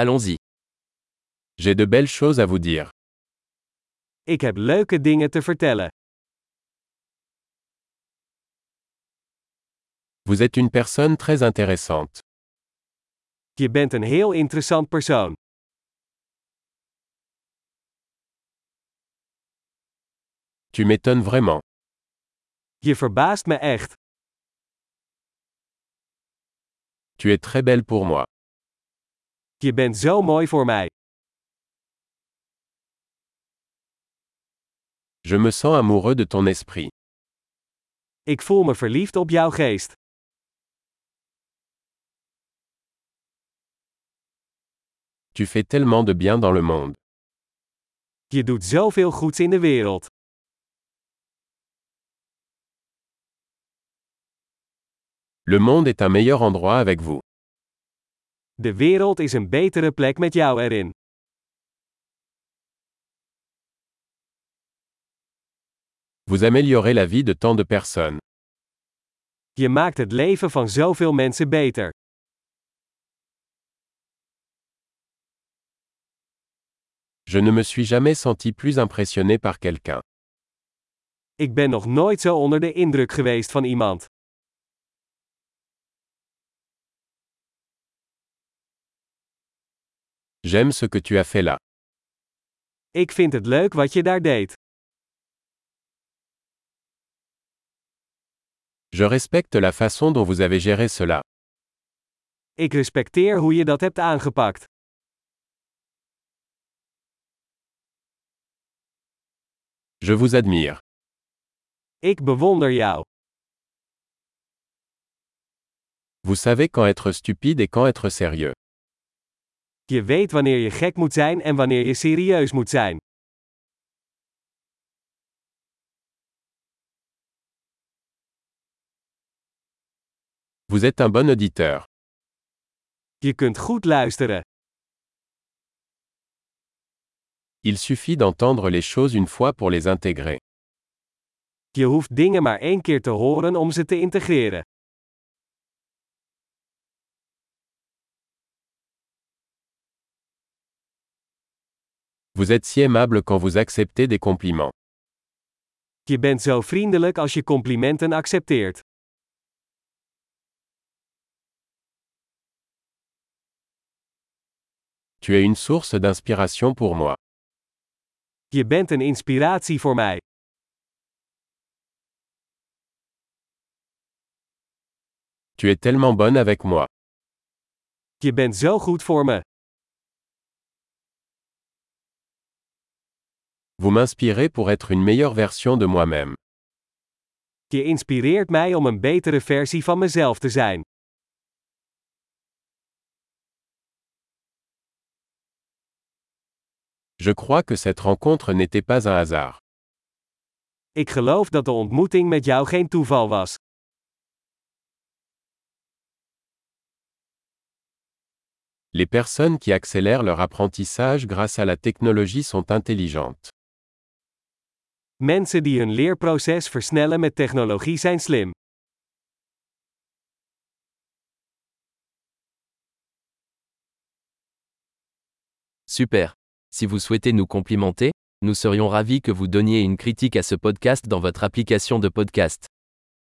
Allons-y. J'ai de belles choses à vous dire. Ik heb leuke dingen te vertellen. Vous êtes une personne très intéressante. Je bent een heel interessant persoon. Tu m'étonnes vraiment. Je verbaast me echt. Tu es très belle pour moi. Je bent zo mooi voor mij. Je me sens amoureux de ton esprit. Ik voel me verliefd op jouw geest. Tu fais tellement de bien dans le monde. Je doet zoveel goeds in de wereld. Le monde est un meilleur endroit avec vous. De wereld is een betere plek met jou erin. Vous améliorez la vie de tant de personnes. Je maakt het leven van zoveel mensen beter. Je ne me suis jamais senti plus impressionné par quelqu'un. Ik ben nog nooit zo onder de indruk geweest van iemand. J'aime ce que tu as fait là. Ik vind het leuk wat je daar deed. Je respecte la façon dont vous avez géré cela. Ik respecteer hoe je dat hebt aangepakt. Je vous admire. Ik bewonder jou. Vous savez quand être stupide et quand être sérieux. Je weet wanneer je gek moet zijn en wanneer je serieus moet zijn. Vous êtes un bon auditeur. Je kunt goed luisteren. Il suffit d'entendre les choses une fois pour les intégrer. Je hoeft dingen maar één keer te horen om ze te integreren. Vous êtes si aimable quand vous acceptez des compliments. Je bent zo vriendelijk als je complimenten accepteert. Tu es une source d'inspiration pour moi. Je bent een inspiratie voor mij. Tu es tellement bonne avec moi. Je bent zo goed voor me. Vous m'inspirez pour être une meilleure version de moi-même. Je inspireert mij om een betere versie van mezelf te zijn. Je crois que cette rencontre n'était pas un hasard. Ik geloof dat de ontmoeting met jou geen toeval was. Les personnes qui accélèrent leur apprentissage grâce à la technologie sont intelligentes. Mensen die hun leerproces versnellen met technologie zijn slim. Super. Si vous souhaitez nous complimenter, nous serions ravis que vous donniez une critique à ce podcast dans votre application de podcast.